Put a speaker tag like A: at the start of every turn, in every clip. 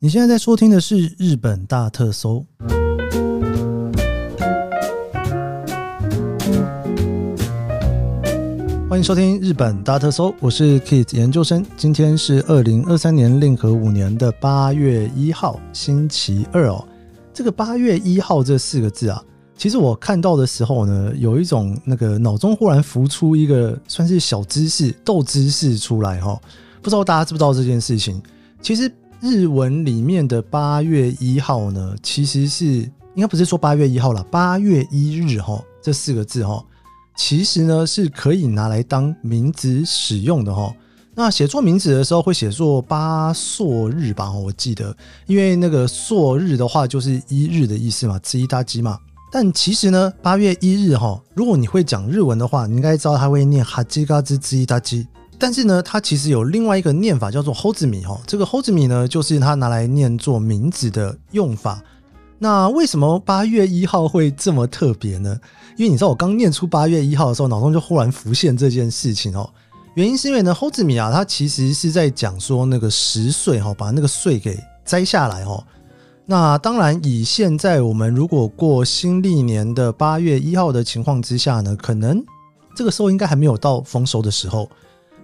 A: 你现在在收听的是《日本大特搜》。欢迎收听《日本大特搜》，我是 Kit 研究生。今天是二零二三年令和五年的八月一号，星期二哦。这个八月一号这四个字啊，其实我看到的时候呢，有一种那个脑中忽然浮出一个算是小知识、豆知识出来哈、哦。不知道大家知不知道这件事情？其实日文里面的八月一号呢，其实是应该不是说八月一号啦，八月一日哈、哦、这四个字哈、哦。其实呢是可以拿来当名字使用的哈、哦。那写作名字的时候会写作八朔日吧，我记得，因为那个朔日的话就是一日的意思嘛，吃一搭鸡嘛。但其实呢，八月一日哈、哦，如果你会讲日文的话，你应该知道它会念哈叽嘎吱吱一搭鸡。但是呢，它其实有另外一个念法叫做猴子米哈、哦。这个猴子米呢，就是它拿来念作名字的用法。那为什么八月一号会这么特别呢？因为你知道我刚念出八月一号的时候，脑中就忽然浮现这件事情哦。原因是因为呢，猴子米啊，他其实是在讲说那个十岁哈、哦，把那个岁给摘下来哦。那当然，以现在我们如果过新历年的八月一号的情况之下呢，可能这个时候应该还没有到丰收的时候。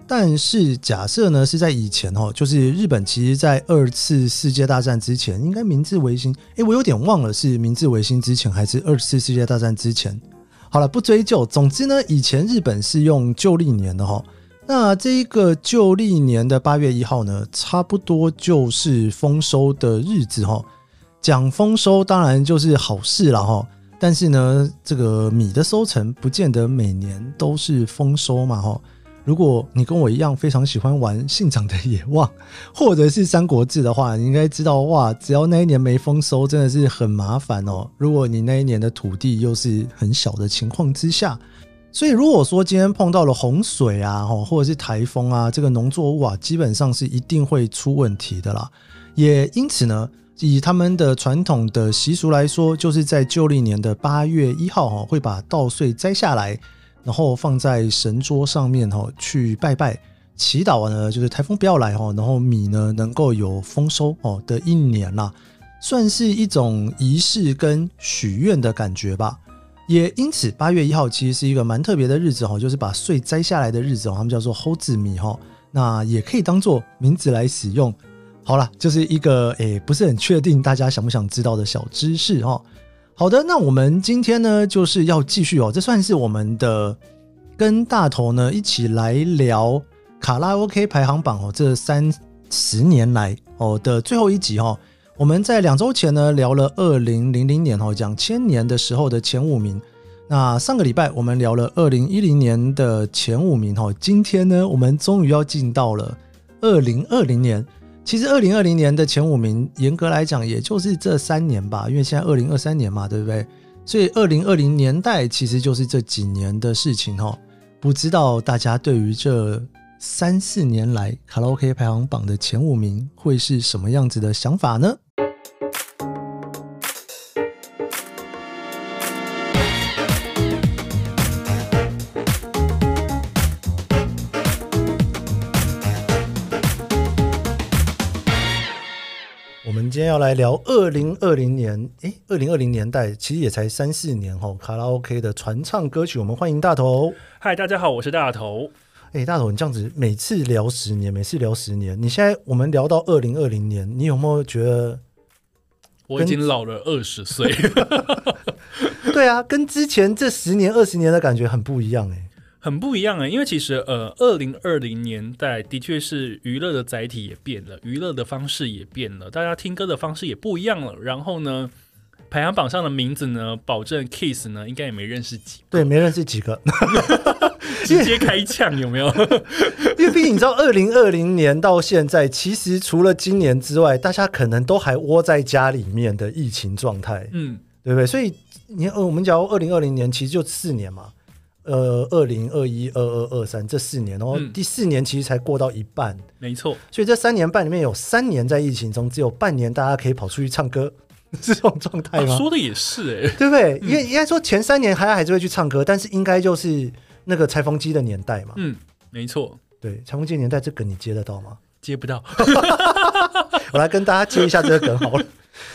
A: 但是假设呢是在以前哦，就是日本其实，在二次世界大战之前，应该明治维新，诶，我有点忘了是明治维新之前还是二次世界大战之前。好了，不追究。总之呢，以前日本是用旧历年的哈、哦，那这一个旧历年的八月一号呢，差不多就是丰收的日子哈、哦。讲丰收当然就是好事了哈、哦，但是呢，这个米的收成不见得每年都是丰收嘛哈。如果你跟我一样非常喜欢玩信长的野望，或者是三国志的话，你应该知道哇，只要那一年没丰收，真的是很麻烦哦。如果你那一年的土地又是很小的情况之下，所以如果说今天碰到了洪水啊，吼或者是台风啊，这个农作物啊，基本上是一定会出问题的啦。也因此呢，以他们的传统的习俗来说，就是在旧历年的八月一号哈，会把稻穗摘下来。然后放在神桌上面哈、哦，去拜拜祈祷呢，就是台风不要来哈、哦，然后米呢能够有丰收哦的一年啦，算是一种仪式跟许愿的感觉吧。也因此，八月一号其实是一个蛮特别的日子哈、哦，就是把穗摘下来的日子哦，他们叫做猴子米哈，那也可以当做名字来使用。好啦，就是一个诶不是很确定大家想不想知道的小知识哈。好的，那我们今天呢，就是要继续哦，这算是我们的跟大头呢一起来聊卡拉 OK 排行榜哦，这三十年来哦的最后一集哦。我们在两周前呢聊了二零零零年哦，讲千年的时候的前五名。那上个礼拜我们聊了二零一零年的前五名哦，今天呢我们终于要进到了二零二零年。其实二零二零年的前五名，严格来讲，也就是这三年吧，因为现在二零二三年嘛，对不对？所以二零二零年代其实就是这几年的事情哈、哦。不知道大家对于这三四年来卡拉 OK 排行榜的前五名会是什么样子的想法呢？我们今天要来聊二零二零年，诶，二零二零年代其实也才三四年吼，卡拉 OK 的传唱歌曲，我们欢迎大头。
B: 嗨，大家好，我是大头。
A: 诶，哎大头，你这样子每次聊十年，每次聊十年，你现在我们聊到二零二零年，你有没有觉得，
B: 我已经老了二十岁，
A: 对啊，跟之前这十年、二十年的感觉很不一样诶、 哎
B: 很不一样啊、因为其实呃，二零二零年代的确是娱乐的载体也变了，娱乐的方式也变了，大家听歌的方式也不一样了。然后呢，排行榜上的名字呢，保证 Kiss 呢应该也没认识 几，
A: 对，没认识几个，
B: 直接开呛有没 有？
A: 因为毕竟你知道，二零二零年到现在，其实除了今年之外，大家可能都还窝在家里面的疫情状态，
B: 嗯，
A: 对不对？所以你呃，我们讲二零二零年其实就四年嘛，呃，二零二一、二二、二三这四年，然后
B: 嗯
A: 第四年其实才过到一半，
B: 没错，
A: 所以这三年半里面有三年在疫情中，只有半年大家可以跑出去唱歌，是这种状态
B: 啊
A: 吗？
B: 说的也是哎、
A: 对不对？因为应该说前三年还还是会去唱歌，但是应该就是那个裁缝机的年代嘛。
B: 嗯，没错，
A: 对，裁缝机的年代这梗你接得到吗？
B: 接不到，
A: 我来跟大家接一下这个梗好了。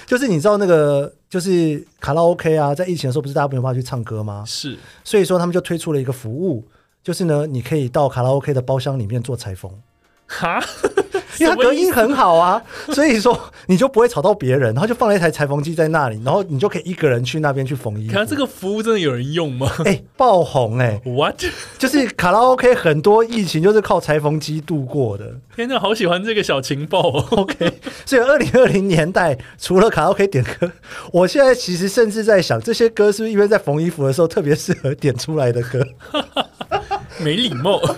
A: 就是你知道那个就是卡拉 OK 啊，在疫情的时候不是大家没有办法去唱歌吗？
B: 是
A: 所以说他们就推出了一个服务，就是呢，你可以到卡拉 OK 的包厢里面做裁缝，
B: 哈，
A: 因为它
B: 什
A: 隔
B: 么意
A: 音很好啊，所以说你就不会吵到别人，然后就放了一台裁缝机在那里，然后你就可以一个人去那边去缝衣服
B: 可。是这个服务真的有人用吗
A: 哎、爆红哎、
B: ？What？
A: 就是卡拉 OK 很多疫情就是靠裁缝机度过 的。
B: 天哪，好喜欢这个小情报哦！
A: OK，所以二零二零年代除了卡拉 OK 点歌，我现在其实甚至在想，这些歌是不是因为在缝衣服的时候特别适合点出来的歌？
B: 没礼貌。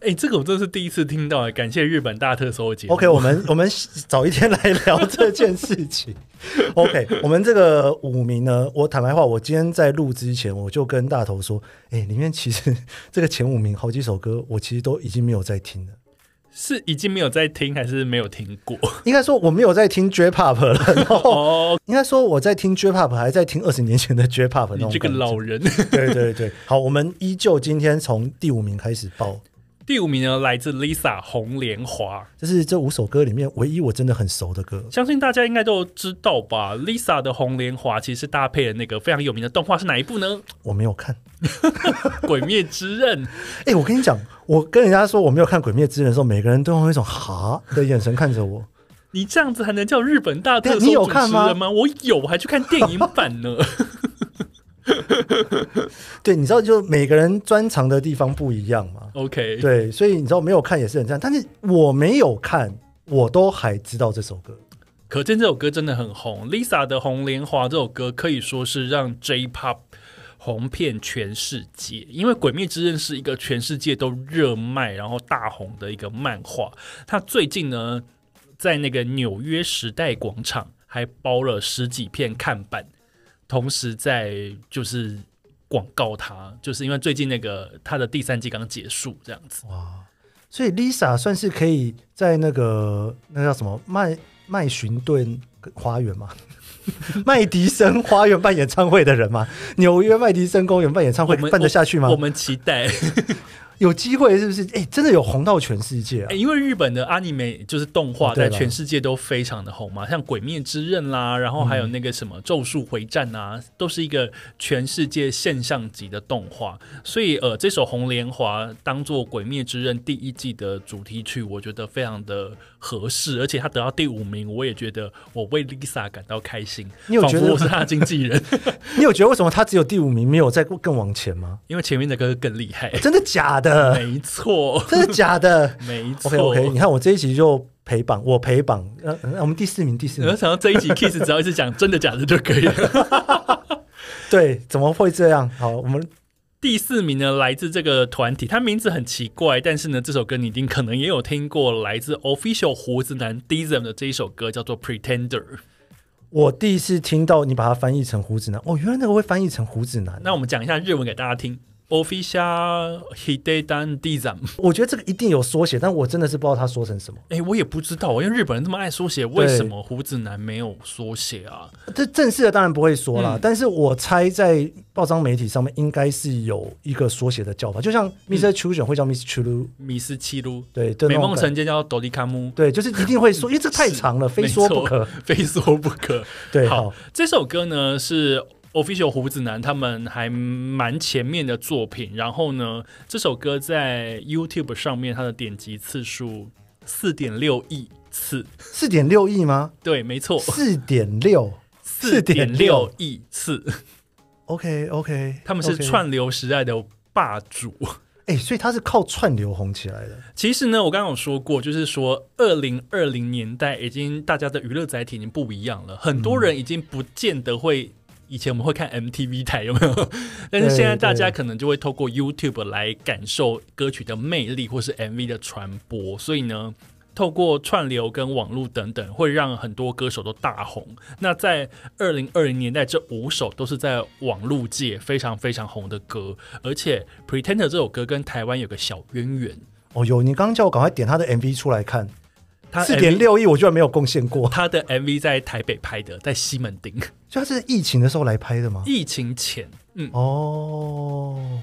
B: 哎、这个我真的是第一次听到哎，感谢日本大特搜的节目
A: OK，我们我们早一天来 聊这件事情。OK，我们这个五名呢，我坦白话，我今天在录之前我就跟大头说，哎、里面其实 这个前五名好几首歌，我其实都已经没有在听了。
B: 是已经没有在听还是没有听过？
A: 应该说我没有在听 J-Pop 了，然后
B: 哦，
A: 应该说我在听 J-Pop，还在听二十年前的 J-Pop 那
B: 你
A: 种。
B: 这个老，人。
A: 对对对。好，我们依旧今天从第五名开始报，
B: 第五名呢，来自 Lisa 红莲华，
A: 这是这五首歌里面唯一我真的很熟的歌。
B: 相信大家应该都知道吧？Lisa 的红莲华其实是搭配了那个非常有名的动画是哪一部呢？
A: 我没有看，
B: 《鬼灭之刃》。
A: 哎、我跟你讲，我跟人家说我没有看《鬼灭之刃》的时候，每个人都用一种哈的眼神看着我。
B: 你这样子还能叫日本大特
A: 哎对你
B: 搜
A: 有
B: 主
A: 看
B: 持
A: 吗
B: 人吗？我有，我还去看电影版呢。
A: 对，你知道，就每个人专长的地方不一样嘛。
B: OK，
A: 对，所以你知道没有看也是很这样，但是我没有看，我都还知道这首歌。
B: 可见这首歌真的很红。Lisa 的《红莲华》这首歌可以说是让 J-Pop 红遍全世界，因为《鬼灭之刃》是一个全世界都热卖然后大红的一个漫画。它最近呢，在那个纽约时代广场还包了十几片看板，同时在就是广告它，就是因为最近那个它的第三季刚结束，这样子。
A: 哇，所以 Lisa 算是可以在那个那叫什么麦麦寻顿花园吗？ 麦迪森花园办演唱会的人吗？纽约麦迪森公园办演唱会
B: 我们
A: 办得下去吗
B: 我？们期待。
A: 有机会是不是？哎、真的有红到全世界啊！
B: 欸因为日本的 anime 就是动画，
A: 哦对
B: 在
A: 啦
B: 全世界都非常的红嘛，像《鬼灭之刃》啦，然后还
A: 嗯
B: 有那个什么《咒术回战》啊，都是一个全世界现象级的动画。所以，呃，这首《红莲华》当做《鬼灭之刃》第一季的主题曲，我觉得非常的合适，而且他得到第五名，我也觉得我为 Lisa 感到开心，
A: 你有
B: 仿
A: 觉
B: 佛
A: 得
B: 我是他的经纪人，
A: 你有觉得为什么他只有第五名，没有再更往前 吗？
B: 因为前面的歌更厉害。
A: 真的假的？
B: 没错，
A: 真的假 的
B: 没错。
A: ？OK OK，你看我这一集就陪榜，我陪榜，呃，呃我们第四名，第四
B: 我
A: 名，
B: 想到这一集 Kiss 只要一直讲真的假的就可以了。
A: 对，怎么会这样？好，我们
B: 第四名呢，来自这个团体，它名字很奇怪，但是呢，这首歌你一定可能也有听过，来自 Official 胡子男 Dism 的这一首歌叫做 Pretender。
A: 我第一次听到你把它翻译成胡子男，哦，原来那个会翻译成胡子男。
B: 那我们讲一下日文给大家听，Official Hidedan Dism。
A: 我觉得这个一定有缩写，但我真的是不知道他说成什么。
B: 哎，我也不知道，因为日本人这么爱缩写，为什么胡子男没有缩写啊？
A: 这正式的当然不会说啦，
B: 嗯
A: 但是我猜在报章媒体上面应该是有一个缩写的叫法，就像
B: 嗯
A: Mr. Children 会叫 Mr. Chulu，
B: 米斯七路，
A: 对，对
B: 美
A: 那种
B: 梦
A: 感
B: 成
A: 觉
B: 间叫 d o r i k a m u
A: 对，就是一定会说，因为这太长了，非说不可。，
B: 非说不可。
A: 对，
B: 好
A: 好，
B: 这首歌呢是 Official 胡子男他们还蛮前面的作品，然后呢，这首歌在 YouTube 上面它的点击次数四点六亿次，
A: 四点六亿吗？
B: 对，没错，
A: 四点六
B: 四点六亿次，
A: ，OK OK，
B: 他们是串流时代的霸主。
A: 哎、所以他是靠串流红起来的。
B: 其实呢，我刚刚有说过，就是说，二零二零年代已经大家的娱乐载体已经不一样了，很多人已经不见得会。以前我们会看 MTV 台有没有？但是现在大家可能就会透过 YouTube 来感受歌曲的魅力，或是 MV 的传播。所以呢，透过串流跟网络等等，会让很多歌手都大红。那在二零二零年代，这五首都是在网络界非常非常红的歌，而且《Pretender》这首歌跟台湾有个小渊源。
A: 哦哟，你刚刚叫我赶快点他的 MV 出来看，
B: 他
A: 四点
B: MV
A: 六亿我居然没有贡献 过，
B: 他的 MV 在台北拍的，在西门町，
A: 所以他是疫情的时候来拍的吗？
B: 疫情前，嗯，
A: 哦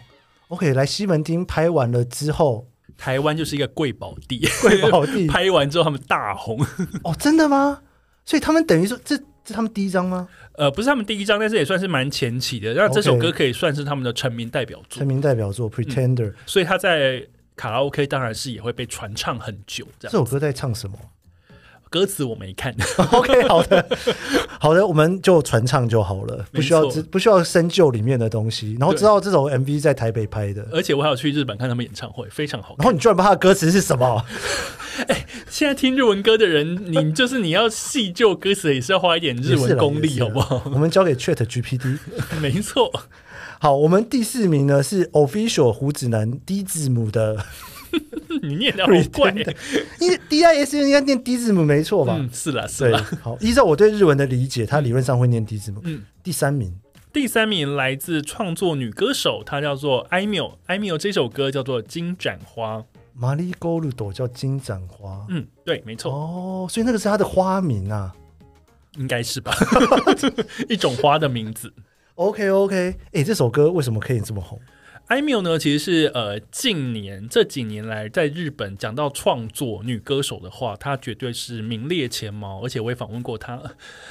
A: ，OK，来西门町拍完了之后，
B: 台湾就是一个贵宝地，
A: 贵宝地
B: 拍完之后他们大红。
A: 哦，真的吗？所以他们等于说，这这他们第一张吗？
B: 呃，不是他们第一张，但是也算是蛮前期的。那这首
A: OK
B: 歌可以算是他们的成名代表作
A: 成，名代表
B: 嗯
A: 作《Pretender》
B: 所以他在卡拉 OK 当然是也会被传唱很久。这
A: 这
B: 样
A: 首歌在唱什么
B: 歌词我没看，
A: ？OK，好的，好的，我们就传唱就好了，不需要
B: 没错
A: 知不需要深究里面的东西。然后知道这首 MV 在台北拍的，
B: 而且我还有去日本看他们演唱会，非常好
A: 然后你居然不知道它的歌词是什么？
B: 现在听日文歌的人，你就是你要细究歌词，也是要花一点 日
A: 也是
B: 文
A: 啦
B: 功
A: 也
B: 力，
A: 是啦
B: 好不好？
A: 我们交给 Chat GPT。
B: 没错，
A: 好，我们第四名呢是 Official 胡子男低字母的，
B: 你念的好怪。
A: 因为 D I S N 应该念低字母没错吧？
B: 嗯，是啦，是
A: 对，
B: 啦。
A: 好，依照我对日文的理解，它理论上会念低字母。
B: 嗯
A: 第三名，
B: 第三名来自创作女歌手，她叫做艾缪。艾缪这首歌叫做《金盏花》。
A: 玛丽勾鲁朵叫金盏花。
B: 嗯，对，没错，
A: 哦，所以那个是它的花名啊。
B: 应该是吧？ 一种花的名字。
A: OK OK，哎、这首歌为什么可以这么红？
B: 艾缪呢，其实是呃近年这几年来在日本讲到创作女歌手的话，她绝对是名列前茅，而且我也访问过她。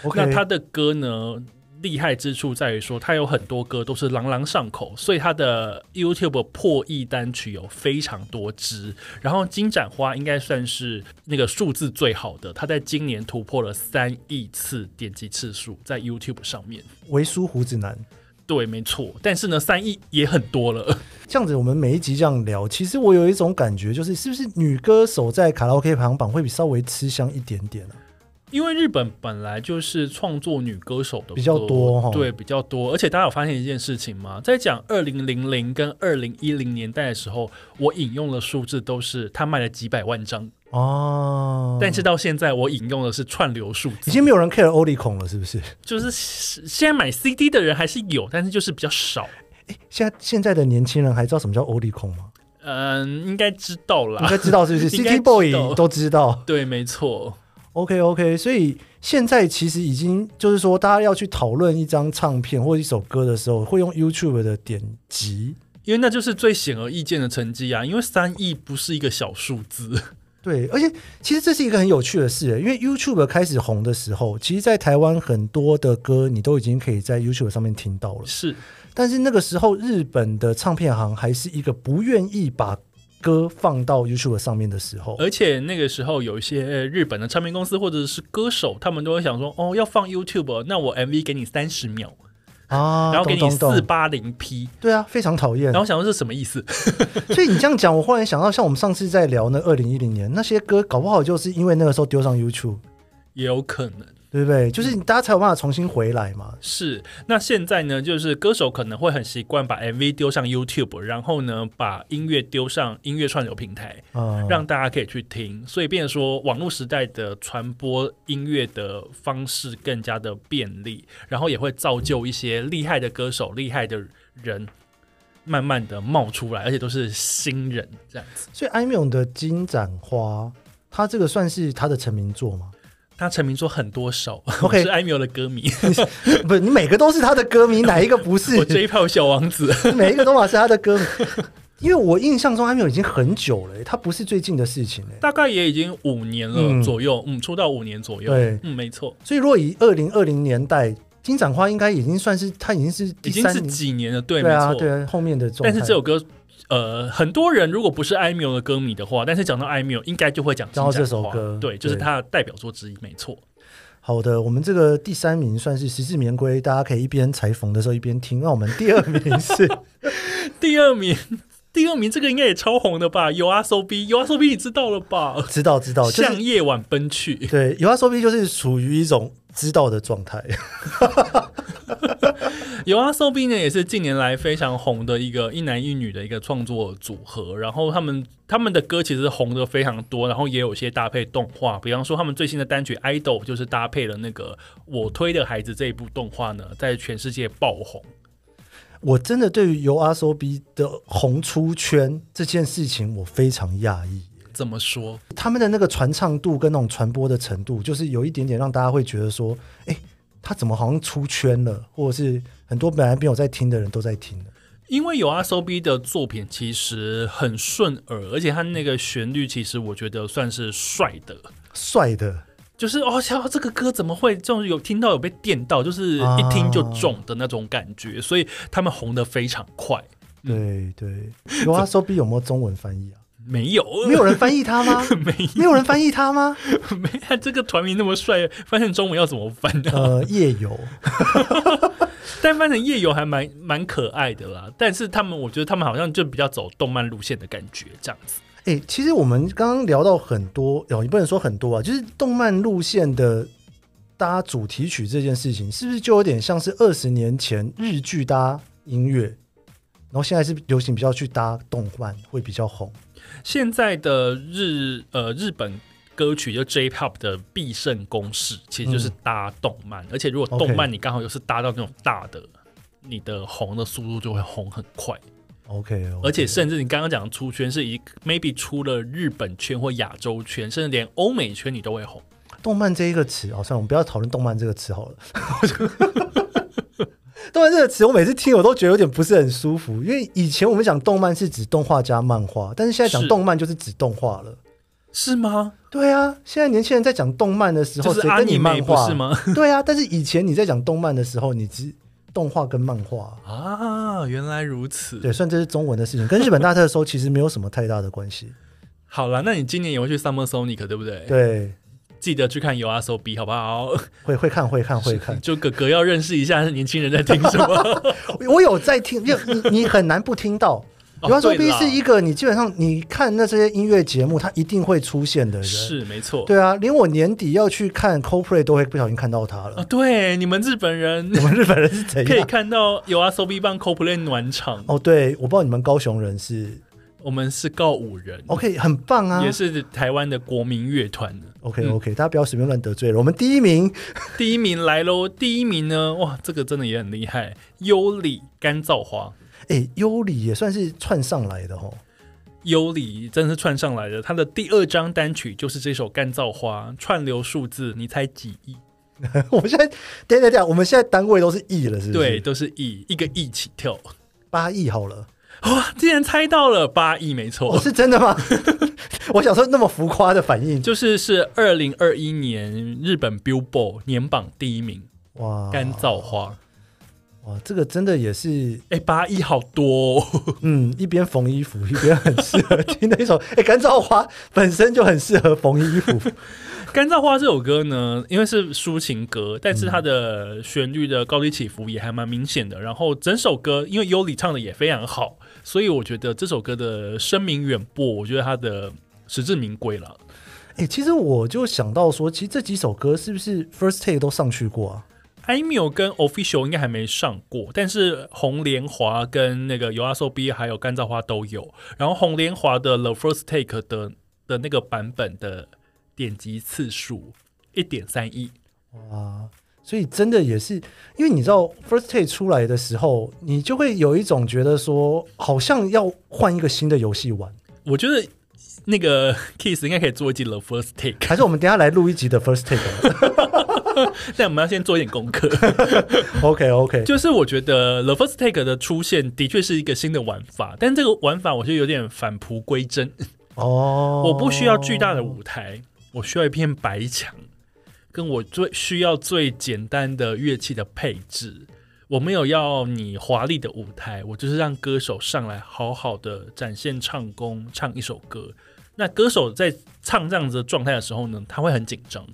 A: OK，
B: 那他的歌呢，厉害之处在于说，他有很多歌都是朗朗上口，所以他的 YouTube 破亿单曲有非常多支。然后金盏花应该算是那个数字最好的，他在今年突破了三亿次点击次数在 YouTube 上面。
A: 维苏胡子男
B: 对，没错，但是呢，三亿也很多了。
A: 这样子，我们每一集这样聊，其实我有一种感觉，就是是不是女歌手在卡拉 OK 排行榜会比稍微吃香一点点啊？
B: 因为日本本来就是创作女歌手的
A: 比较多哈
B: 对比较多，而且大家有发现一件事情吗？在讲二零零零跟二零一零年代的时候，我引用的数字都是她卖了几百万张，
A: 哦，
B: 但是到现在我引用的是串流数
A: 已
B: 字，
A: 经没有人 care 欧利孔了，是不是？
B: 就是现在买 CD 的人还是有，但是就是比较少。
A: 现在现在的年轻人还知道什么叫欧利孔 吗？
B: 嗯，应该知道
A: 应
B: 啦。
A: 该知道是不是
B: 应该
A: ？City
B: 知道
A: Boy 都知道。
B: 对，没错，
A: OK OK，所以现在其实已经就是说，大家要去讨论一张唱片或一首歌的时候，会用 YouTube 的点击。
B: 因为那就是最显而易见的成绩啊。因为三亿不是一个小数字，
A: 对，而且其实这是一个很有趣的事，欸因为 YouTube 开始红的时候，其实，在台湾很多的歌你都已经可以在 YouTube 上面听到了。
B: 是
A: 但是那个时候，日本的唱片行还是一个不愿意把歌放到 YouTube 上面的时候。
B: 而且那个时候有一些呃日本的唱片公司或者是歌手，他们都会想说，哦，要放 YouTube，那我 MV 给你三十秒，
A: 啊，
B: 然后给你
A: 懂懂
B: 四
A: 懂
B: 八零 P，
A: 对啊，非常讨厌
B: 然。后想说是什么意思？
A: 所以你这样讲，我忽然想到，像我们上次在聊那二零一零年那些歌，搞不好就是因为那个时候丢上 YouTube，
B: 也有可能
A: 对不对？
B: 嗯
A: 就是你大家才有办法重新回来嘛。
B: 是。那现在呢，就是歌手可能会很习惯把 MV 丢上 YouTube，然后呢，把音乐丢上音乐串流平台，
A: 啊、
B: 让大家可以去听。所以，变成说网络时代的传播音乐的方式更加的便利，然后也会造就一些厉害的歌手、厉害的人，慢慢的冒出来，而且都是新人这样子。
A: 所以艾米勇的《金盏花》，它这个算是他的成名作吗？
B: 他成名作很多首
A: OK
B: 我是艾米尔的歌迷，
A: 不，你每个都是他的歌迷，哪一个不
B: 我这
A: 是？
B: 一票小王子。
A: 每一个都嘛是他的歌迷。因为我印象中艾米勇已经很久了，他不是最近的事情欸了。
B: 大概也已经五年
A: 嗯
B: 了左右，嗯，出道五年左右，
A: 对
B: 嗯，没错，
A: 所以若以二零二零年代，《金盏花》应该已经算是他已经是
B: 已
A: 第
B: 经
A: 三
B: 是
A: 名
B: 几年了，对，
A: 对啊
B: 没错。
A: 对啊后面的状态。
B: 但是这首歌，呃，很多人如果不是艾米尔的歌迷的话，但是讲到艾米尔，应该就会讲
A: 讲到这
B: 金盏花
A: 首歌
B: 对，就是
A: 对
B: 他的代表作之一，没错。
A: 好的，我们这个第三名算是实至名归，大家可以一边裁缝的时候一边听。那我们第二名是
B: 第二名， 第二名这个应该也超红的吧？有 R So B，有 R So B，你知道了吧？
A: 知道知哦道，就
B: 向
A: 是
B: 夜晚奔去，
A: 对有话啊说不定就是处于一种知道的状态。
B: 有 R So B 呢，也是近年来非常红的一个一男一女的一个创作组合。然后他们他们的歌其实红的非常多，然后也有一些搭配动画，比方说他们最新的单曲《Idol》就是搭配了那个《我推的孩子》这一部动画呢，在全世界爆红。
A: 我真的对于 U R S O B 的红出圈这件事情，我非常讶异。
B: 怎么说？
A: 他们的那个传唱度跟那种传播的程度，就是有一点点让大家会觉得说，哎，他怎么好像出圈了，或者是很多本来没有在听的人都在听了。
B: 因为有 S.O.B 的作品其实很顺耳，而且它那个旋律其实我觉得算是帅的，
A: 帅的，
B: 就是哦，瞧这个歌怎么会这种有听到有被电到，就是一听就
A: 啊
B: 中的那种感觉，所以他们红的非常快。
A: 对对。有啊，SOB 有没有中文翻 译啊？
B: 没有，
A: 没有人翻译他吗？
B: 没
A: 没有人翻译他吗？
B: 没看这个团名那么帅，翻成中文要怎么翻呢？
A: 呃，夜游，
B: 但翻成夜游还蛮蛮可爱的啦。但是他们，我觉得他们好像就比较走动漫路线的感觉，这样子。
A: 哎、其实我们刚刚聊到很多，哦，也不能说很多啊，就是动漫路线的搭主题曲这件事情，是不是就有点像是二十年前日剧搭音乐，然后现在是流行比较去搭动漫会比较红？
B: 现在的日呃日本歌曲就 J-pop 的必胜公式，其实就是搭动漫，而且如果动漫
A: OK
B: 你刚好又是搭到那种大的。你的红的速度就会红很快，
A: OK，, o
B: 而且甚至你刚刚讲的出圈是一 maybe 出了日本圈或亚洲圈，甚至连欧美圈你都会红。
A: 动漫这一个词，好、哦，算了，我们不要讨论动漫这个词好了。 动漫这个词，我每次听我都觉得有点不是很舒服，因为以前我们讲动漫是指动画加漫画，但是现在讲
B: 是
A: 动漫就是指动画了。
B: 是吗？哦
A: 对啊，现在年轻人在讲动漫的时候，
B: 就是
A: 谁
B: 阿
A: 跟
B: 尼
A: 你
B: 美
A: 漫
B: 不
A: 画
B: 是？吗？
A: 对啊，但是以前你在讲动漫的时候，你只动画跟漫画，
B: 啊，原来如此。
A: 对，算这是中文的事情，跟日本大特搜其实没有什么太大的关 系。
B: 好了，那你今年也会去 Summer Sonic 对不对？
A: 对，
B: 记得去看 U S O B 好不好？
A: 会会看会看会看
B: ，就哥哥要认识一下年轻人在听什么。
A: 我有在听，因为你你很难不听到。
B: 哦
A: 比方说
B: 对
A: B
B: 啦
A: 是一个你基本上你看那些音乐节目，它一定会出现的人。，
B: 是没错。
A: 对啊，连我年底要去看 CoPlay 都会不小心看到他
B: 啊，
A: 了。
B: 对，你们日本人
A: 我们日本人是怎
B: 可以
A: 样？
B: 看到 U S O B 办 CoPlay 暖场，
A: 哦，对，我不知道你们高雄人是
B: 我们是告五人，
A: OK，很棒啊
B: 也是台湾的国民乐团。
A: ，OK
B: 嗯
A: OK，大家不要随便乱得罪了。我们第一名
B: 第一名来喽！第一名呢，哇，这个真的也很厉害，优里干燥花。
A: 哎，优里也算是窜上来的哦。
B: 优里真是串上来的，他的第二张单曲就是这首《干燥花》，串流数字你猜几亿？
A: 我们现在，等一下等一下，我们现在单位都是亿了，是不是？
B: 对，，都是亿，一个亿起跳。
A: 八亿好了。
B: 哇，竟然猜到了八亿，没错，
A: 哦，是真的吗？ 我想说那么浮夸的反应，
B: 就是是二零二一年日本 Billboard 年榜第一名，
A: 哇，
B: 《干燥花》
A: 哇，这个真的也是
B: 哎，八亿好多、哦，
A: 嗯，一边缝衣服一边很适合听的一首。 哎、干燥花本身就很适合缝衣服。
B: 《干燥花》这首歌呢，因为是抒情歌，但是它的旋律的高低起伏也还蛮明显的。然后整首歌，因为优里唱的也非常好，所以我觉得这首歌的声名远播，我觉得它的实至名归了。
A: 哎、其实我就想到说，其实这几首歌是不是 first take 都上去过啊？
B: 艾米 o 跟 Official 应该还没上过，但是红莲华跟那个 u s o b 还有干燥花都有。然后红莲华的 The First Take 的的那个版本的点击次数一点三亿，
A: 哇，啊所以真的也是，因为你知道 first take 出来的时候，你就会有一种觉得说，好像要换一个新的游戏玩。
B: 我觉得那个 Kiss 应该可以做一集 The First Take，
A: 还是我们等一下来录一集的 first take
B: 但我们要先做一点功课。
A: OK OK，
B: 就是我觉得 The First Take 的出现的确是一个新的玩法，但这个玩法我觉得有点返璞归真。
A: 哦，
B: 我不需要巨大的舞台，我需要一片白墙，跟我最需要最简单的乐器的配置。我没有要你华丽的舞台，我就是让歌手上来好好的展现唱功，唱一首歌。那歌手在唱这样子的状态的时候呢，他会很紧张，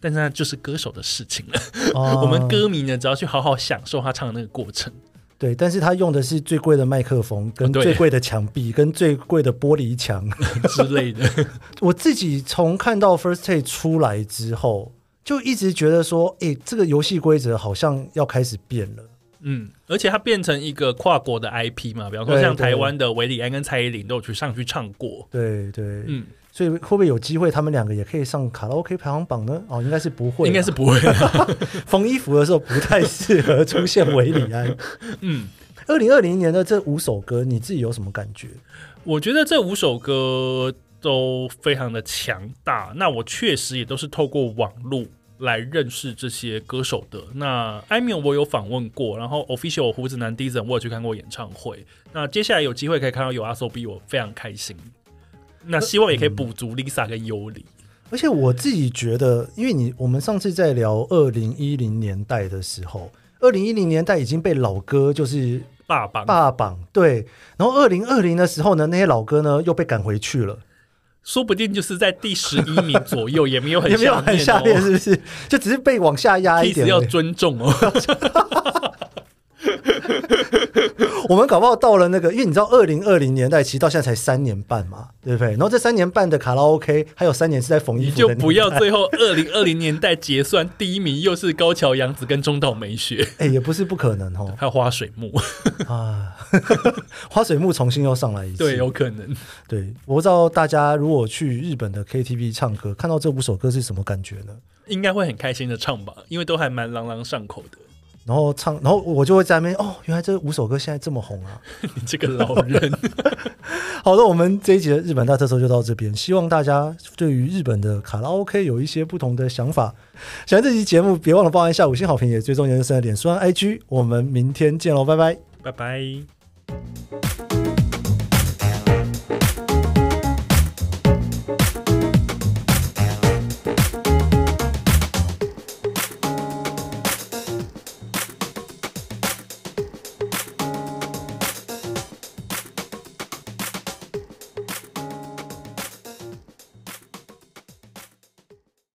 B: 但是那就是歌手的事情了。
A: 哦
B: 我们歌迷呢，只要去好好享受他唱的那个过程。
A: 对，但是他用的是最贵的麦克风，跟
B: 哦对
A: 最贵的墙壁， 跟最贵的玻璃墙。
B: 之类的。
A: 我自己从看到 First Take 出来之后，就一直觉得说，诶，这个游戏规则好像要开始变了。
B: 嗯，而且它变成一个跨国的 IP 嘛，比方说
A: 对
B: 像
A: 对
B: 台湾的韦礼安跟蔡依林都有去上去唱过。
A: 对对，
B: 嗯，
A: 所以会不会有机会他们两个也可以上卡拉 OK 排行榜呢？哦，应该是不会啦，
B: 应该是不会。
A: 缝衣服的时候不太适合出现韦礼 安。
B: 嗯，
A: 二零二零年的这五首歌，你自己有什么感觉？
B: 我觉得这五首歌都非常的强大。那我确实也都是透过网络来认识这些歌手的。那艾米我有访问过，然后 Official 胡子男 d i z e n 我有去看过演唱会。那接下来有机会可以看到有阿 s o B，我非常开心。那希望也可以补足 Lisa 跟尤里。
A: 而且我自己觉得，因为你我们上次在聊二零一零年代的时候，二零一零年代已经被老歌就是
B: 霸榜，
A: 霸榜对，然后二零二零的时候呢，那些老歌呢又被赶回去了，
B: 说不定就是在第十一名左右，也没有很
A: 也没有很下面
B: 哦
A: 是不是？就只是被往下压 一
B: Kiss
A: 点
B: 要
A: 而已。
B: 尊重哦。
A: 我们搞不好到了那个，因为你知道二零二零年代其实到现在才三年半嘛，对不对？然后这三年半的卡拉 OK 还有三年是在缝衣
B: 你
A: 服的
B: 就
A: 年代，
B: 不要最后二零二零年代结算第一名又是高桥洋子跟中岛美雪，
A: 哎、也不是不可能哦
B: 还有花水 木，
A: 啊！花水木重新又上来一次，
B: 对，有可能。
A: 对，我不知道大家如果去日本的 KTV 唱歌，看到这五首歌是什么感觉呢？
B: 应该会很开心的唱吧，因为都还蛮朗朗上口的。
A: 然后唱，然后我就会在那边哦，原来这五首歌现在这么红啊！
B: 你这个老 人，
A: 好的，我们这一集的日本大特搜就到这边，希望大家对于日本的卡拉 OK 有一些不同的想法。喜欢这期节目，别忘了报按下五星好评，也追踪研究生的脸书和 IG。我们明天见喽，拜拜。
B: 拜拜。